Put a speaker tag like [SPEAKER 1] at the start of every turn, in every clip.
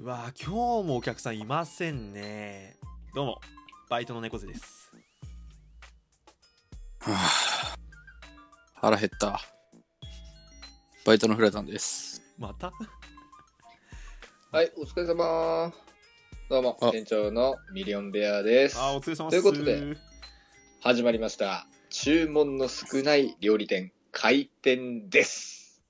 [SPEAKER 1] うわー今日もお客さんいませんねどうもバイトの猫背です
[SPEAKER 2] 腹減った。バイトのフラタンです。
[SPEAKER 1] また
[SPEAKER 3] はい、お疲れ様。どうも
[SPEAKER 2] あ、
[SPEAKER 3] 店長のミリオンベアです。
[SPEAKER 1] あーお疲れ様
[SPEAKER 3] と
[SPEAKER 1] で
[SPEAKER 3] い
[SPEAKER 1] す
[SPEAKER 3] うことで始まりました。注文の少ない料理店、開店です。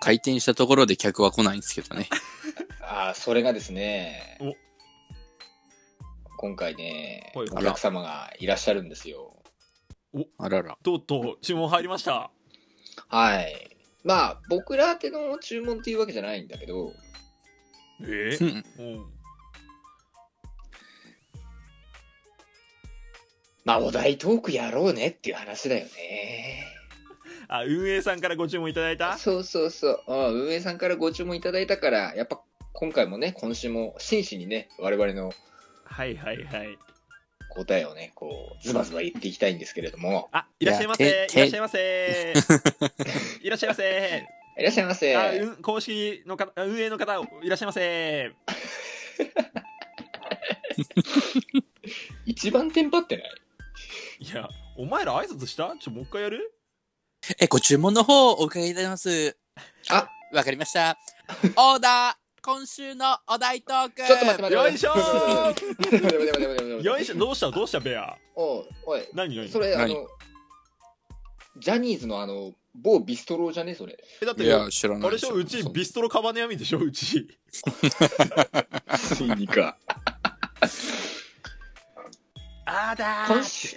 [SPEAKER 2] 開店したところで客は来ないんですけどね。
[SPEAKER 3] ああ、それがですね
[SPEAKER 1] お、
[SPEAKER 3] 今回ね、
[SPEAKER 1] はい
[SPEAKER 3] お客様がいらっしゃるんですよ。
[SPEAKER 2] あらら。
[SPEAKER 1] とうとう注文入りました
[SPEAKER 3] はい。まあ、僕ら宛ての注文っていうわけじゃないんだけど、
[SPEAKER 1] え
[SPEAKER 2] う
[SPEAKER 1] ー
[SPEAKER 2] ん
[SPEAKER 1] うん
[SPEAKER 3] まあ、お題トークやろうねっていう話だよね。
[SPEAKER 1] あ運営さんからご注文いただいた
[SPEAKER 3] そうそうそう。あ運営さんからご注文いただいたから、やっぱ今回もね、今週も真摯にね、我々の
[SPEAKER 1] はいはいはい
[SPEAKER 3] 答えをね、こう、ズバズバ言っていきたいんですけれども。
[SPEAKER 1] あいらっしゃいませ
[SPEAKER 2] い
[SPEAKER 1] い
[SPEAKER 2] やてて
[SPEAKER 1] らっしゃいませいらっしゃいませ
[SPEAKER 3] いらっしゃいませ。
[SPEAKER 1] あうん公式の方運営の方いらっしゃいませ
[SPEAKER 3] 一番テンパってない
[SPEAKER 1] いやお前ら挨拶したちょもう一回やる
[SPEAKER 2] え、ご注文の方お伺いいたします。
[SPEAKER 3] あ
[SPEAKER 2] わかりま した。オーダー今週のお題トーク
[SPEAKER 3] ちょっと待って待って。
[SPEAKER 1] よいしょ
[SPEAKER 3] 待って待って待って待って待って待って待って待って
[SPEAKER 1] よいしょどうしたどうしたベア
[SPEAKER 3] おい、おい、
[SPEAKER 1] 何何
[SPEAKER 3] それ、あ
[SPEAKER 2] 何
[SPEAKER 3] の、ジャニーズのあの、某ビストロじゃねそれ。
[SPEAKER 1] えだっ
[SPEAKER 2] い
[SPEAKER 1] て
[SPEAKER 2] や、知らない
[SPEAKER 1] あれでしょうち
[SPEAKER 2] そん
[SPEAKER 1] ビストロカバネヤミでしょうち
[SPEAKER 3] つ いにか。
[SPEAKER 1] あーだ
[SPEAKER 3] 今週、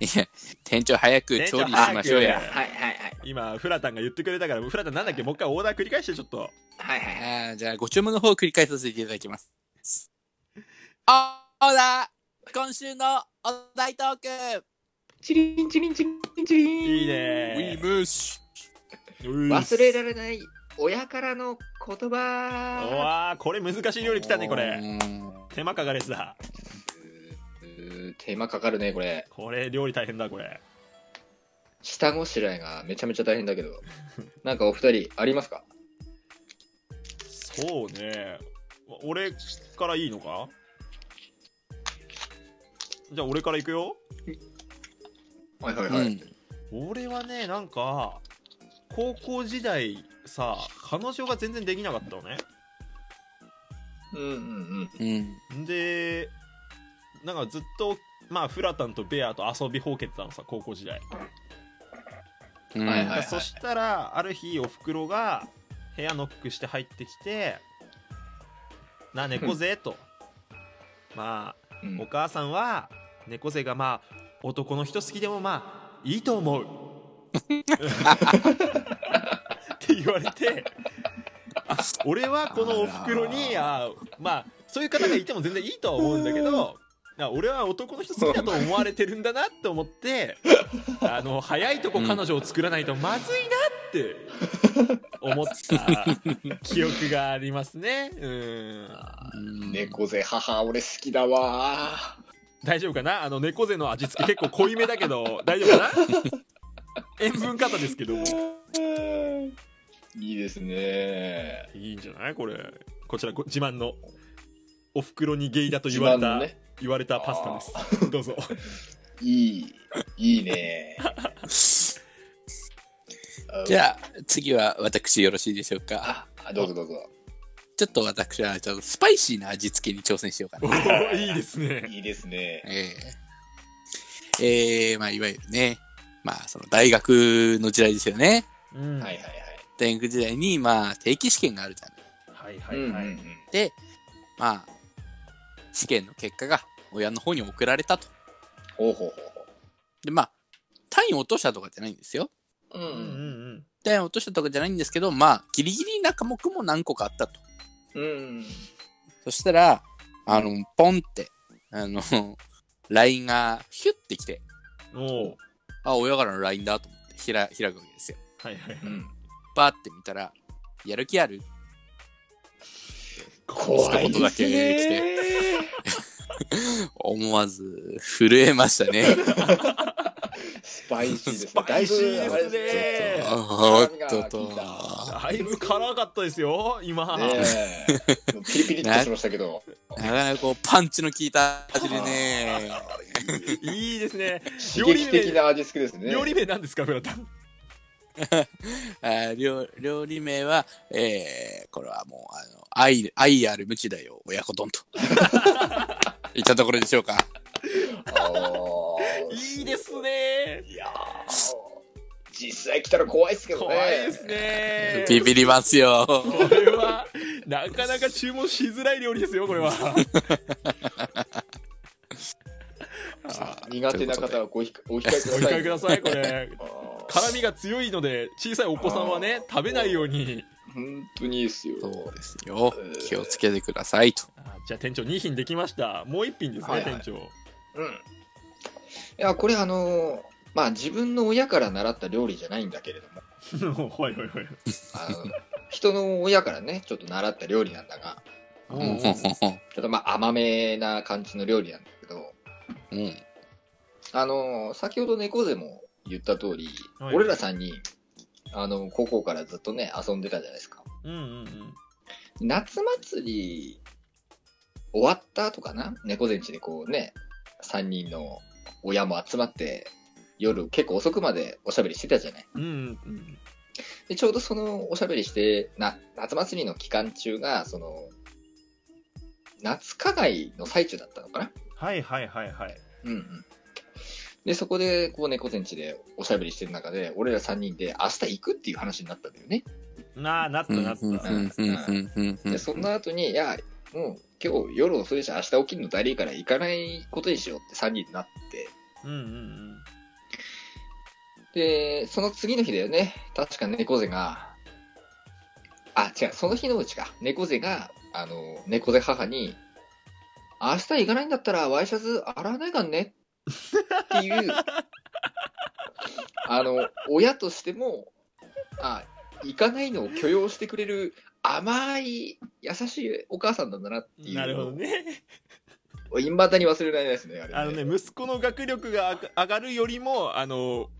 [SPEAKER 2] いや、店長早く調理しましょう
[SPEAKER 1] 店長早
[SPEAKER 2] や。
[SPEAKER 3] はいはいはい。
[SPEAKER 1] 今フラタンが言ってくれたからフラタンなんだっけもう一回オーダー繰り返してちょっと
[SPEAKER 3] はいはいはい。
[SPEAKER 2] あーじゃあ、ご注文の方を繰り返させていただきます。オーダー今週のお題トーク
[SPEAKER 3] チリンチリンチリンチリン。
[SPEAKER 1] いい
[SPEAKER 2] ウ
[SPEAKER 1] ね
[SPEAKER 2] ムッシ
[SPEAKER 3] 忘れ
[SPEAKER 1] る
[SPEAKER 3] られない親からの言
[SPEAKER 1] う
[SPEAKER 3] 葉
[SPEAKER 1] わーこれ難しい料理来たねこれ手間かかるやつだ
[SPEAKER 3] うー手間かかるねこれ
[SPEAKER 1] これ料理大変だこれ
[SPEAKER 3] 下ごしらえがめちゃめちゃ大変だ けどなんかお二人ありますか
[SPEAKER 1] そうねわ俺からいいのかじゃあ俺からいくよ
[SPEAKER 3] はいはい
[SPEAKER 2] うん。
[SPEAKER 1] 俺はねなんか高校時代さ彼女が全然できなかったのね
[SPEAKER 3] うんうん
[SPEAKER 2] うん。
[SPEAKER 1] でなんかずっとまあフラタンとベアと遊びほうけてたのさ高校時代、
[SPEAKER 2] うん
[SPEAKER 3] はいはい
[SPEAKER 1] そしたらある日おふくろが部屋ノックして入ってきて「なあ猫背」と「まあ
[SPEAKER 3] うん
[SPEAKER 1] お母さんは猫背がまあ男の人好きでもまあいいと思う」って言われてあ俺はこのおふくろにあまあそういう方がいても全然いいとは思うんだけ どあ俺は男の人好きだと思われてるんだなって思ってあの早いとこ彼女を作らないとまずいなって思った記憶がありますねうん
[SPEAKER 2] うん
[SPEAKER 3] 猫背母俺好きだわ
[SPEAKER 1] 大丈夫かなあの猫背の味付け結構濃いめだけど 大丈夫かな塩分過多ですけども
[SPEAKER 3] ーいいですね
[SPEAKER 1] いいんじゃないこれこちらご自慢のおふくろにゲイだと
[SPEAKER 3] 自
[SPEAKER 1] 言わ
[SPEAKER 3] 慢
[SPEAKER 1] れた、
[SPEAKER 3] のね
[SPEAKER 1] 言われたパスタですどう ぞ
[SPEAKER 3] いいい いね
[SPEAKER 2] じゃあ、次は私よろしいでしょうか。
[SPEAKER 3] ああどうぞどうぞ
[SPEAKER 2] ちょっと私は、ちょっとスパイシーな味付けに挑戦しようか
[SPEAKER 1] お
[SPEAKER 2] な。
[SPEAKER 1] ーいいですね
[SPEAKER 3] いいですね
[SPEAKER 2] ええええまあ、いわゆるね、まあ、その大学の時代ですよね。
[SPEAKER 1] うん
[SPEAKER 3] はいはい
[SPEAKER 2] 大学時代に、まあ、定期試験があるじゃん。
[SPEAKER 1] はい
[SPEAKER 3] は
[SPEAKER 1] はいいはい、
[SPEAKER 3] うんうんうん
[SPEAKER 2] で、まあ、試験の結果が親の方に送られたと。
[SPEAKER 3] ほうほうほうほ
[SPEAKER 2] で、まあ、単位を落としたとかじゃないんですよ。
[SPEAKER 3] ううんう
[SPEAKER 1] うんうんん
[SPEAKER 2] 単位を落としたとかじゃないんですけど、まあ、ギリギリな科目も何個かあったと。
[SPEAKER 3] うん
[SPEAKER 2] そしたら、あの、ポンって、あの、LINE がヒュッてきて、
[SPEAKER 1] うんおー
[SPEAKER 2] あ、親からの LINE だと思ってひら開くわけですよ。
[SPEAKER 1] はいはいはい
[SPEAKER 3] うん
[SPEAKER 2] バーって見たら、やる気ある
[SPEAKER 3] 怖い
[SPEAKER 2] 一言だけ来て思わず震えましたね。
[SPEAKER 3] スパイシーですね。
[SPEAKER 1] スパイシー
[SPEAKER 3] だいぶあれ
[SPEAKER 1] ですね
[SPEAKER 2] あ
[SPEAKER 3] あ
[SPEAKER 2] お
[SPEAKER 3] ー
[SPEAKER 2] っとっ
[SPEAKER 3] 聞いた
[SPEAKER 2] と。
[SPEAKER 1] だいぶ辛かったですよ今、
[SPEAKER 3] ねえもうピリピリっとしましたけど。
[SPEAKER 2] なかなかこう、パンチの効いた味でね。
[SPEAKER 1] いいですね
[SPEAKER 3] 刺激的な味付けですね。
[SPEAKER 1] 料理名なんですかフラタン
[SPEAKER 2] あー料料理名は、えー、これはもう、あの、愛、愛ある無知だよ、親子丼 と。いったところでしょうか。
[SPEAKER 3] あー
[SPEAKER 1] いいです。ね
[SPEAKER 3] いやー実際来たら怖いですけどね。
[SPEAKER 1] 怖いですね
[SPEAKER 2] ビビりますよ。
[SPEAKER 1] これはなかなか注文しづらい料理ですよこれは
[SPEAKER 2] さあ
[SPEAKER 3] 苦手な方はごひお控え
[SPEAKER 1] お控え
[SPEAKER 3] く
[SPEAKER 1] く
[SPEAKER 3] だ
[SPEAKER 1] だ
[SPEAKER 3] さ
[SPEAKER 1] さ
[SPEAKER 3] い。
[SPEAKER 1] いこれ
[SPEAKER 3] あー
[SPEAKER 1] 辛みが強いので小さいお子さんはね食べないように
[SPEAKER 3] 本当にいいですよ。
[SPEAKER 2] そうですよ。気をつけてくださいと。
[SPEAKER 1] あじゃあ店長2品できましたもう1品ですね、
[SPEAKER 3] はいはい
[SPEAKER 1] 店長
[SPEAKER 3] うん。いや、これあのーまあ自分の親から習った料理じゃないんだけれども、
[SPEAKER 1] はい はいはい
[SPEAKER 3] あの人の親からね、ちょっと習った料理なんだが、
[SPEAKER 1] うん
[SPEAKER 2] うんほんほんほん
[SPEAKER 3] ちょっとまあ甘めな感じの料理なんだけど、
[SPEAKER 2] うん
[SPEAKER 3] あのー先ほど猫背も言った通り、
[SPEAKER 1] はい
[SPEAKER 3] 俺らさんに、あの高校からずっとね、遊んでたじゃないですか。
[SPEAKER 1] うんうんうん
[SPEAKER 3] 夏祭り終わった後かな猫前地でこうね、3人の親も集まって、夜結構遅くまでおしゃべりしてたじゃない。
[SPEAKER 1] うんうん
[SPEAKER 3] で、ちょうどそのおしゃべりして、な、夏祭りの期間中が、その、夏課外の最中だったのかな
[SPEAKER 1] はいはいはいはい
[SPEAKER 3] うんうん。で、そこで、こう、猫前地でおしゃべりしてる中で、俺ら3人で明日行くっていう話になったんだよね。
[SPEAKER 1] なあなった
[SPEAKER 2] うん
[SPEAKER 1] なった、
[SPEAKER 2] うんうんうんうんうん
[SPEAKER 3] で、その後に、いや、もう今日夜遅いし、明日起きるのだりいから行かないことにしようって3人になって、
[SPEAKER 1] うんうん
[SPEAKER 3] で、その次の日だよね。確か猫背が、あ、違う、その日のうちか。猫背が、あの、猫背母に、明日行かないんだったらワイシャツ洗わないかんね。っていう、あの、親としても、あ、行かないのを許容してくれる甘い、優しいお母さんなんだなって
[SPEAKER 1] う
[SPEAKER 3] い
[SPEAKER 1] ん
[SPEAKER 3] う。
[SPEAKER 1] なるほどね
[SPEAKER 3] いまだに忘れられないですね、あれ、
[SPEAKER 1] あのね息子の学力が上がるよりもあの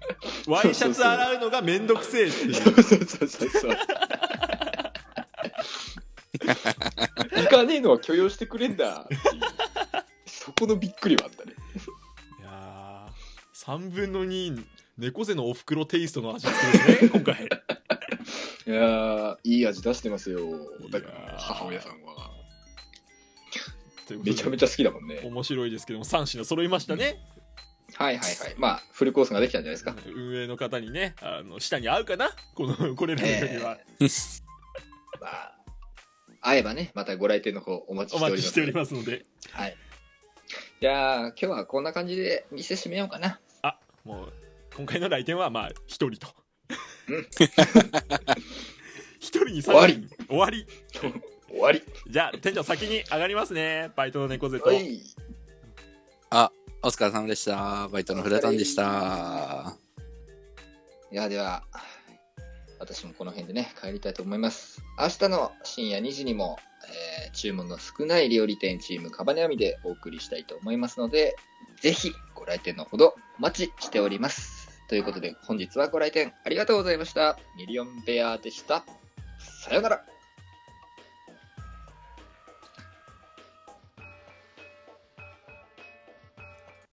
[SPEAKER 1] ワイシャツ洗うのがめんどくせえって い
[SPEAKER 3] そううそうそうそう。行かねえのは許容してくれんだっていう。そこのびっくりはあったね。
[SPEAKER 1] いや3分の2猫背のお袋テイストの味付け ですね今回
[SPEAKER 3] いやー、いい味出してますよ。だか
[SPEAKER 1] いやー
[SPEAKER 3] ら、母親さんは。
[SPEAKER 1] ということで
[SPEAKER 3] めちゃめちゃ好きだもんね。はい
[SPEAKER 1] 面白いですけども3品揃いましたね
[SPEAKER 3] はいはい。まあ、フルコースができたんじゃないですか。
[SPEAKER 1] 運営の方にねあの舌に合うかなこのこれらの料理は、
[SPEAKER 3] まあ、会えばね、またご来店の方お待ち
[SPEAKER 1] お
[SPEAKER 3] しており
[SPEAKER 1] 待
[SPEAKER 3] ま
[SPEAKER 1] ち
[SPEAKER 3] す。
[SPEAKER 1] しておりますので
[SPEAKER 3] はい。じゃあ、今日はこんな感じで店閉めようかな。
[SPEAKER 1] もう今回の来店はまあ1人と
[SPEAKER 3] うん
[SPEAKER 1] 一人に3人
[SPEAKER 3] 終わり
[SPEAKER 1] 終わり
[SPEAKER 3] 終わり。
[SPEAKER 1] じゃあ店長先に上がりますねバイトの猫背と
[SPEAKER 3] おい。
[SPEAKER 2] お疲れ様でした。バイトのフラタンでした。
[SPEAKER 3] いや、では、私もこの辺でね、帰りたいと思います。明日の深夜2時にも、えー注文の少ない料理店チームカバネアミでお送りしたいと思いますので、ぜひご来店のほどお待ちしております。ということで、本日はご来店ありがとうございました。ミリオンベアでした。さようなら。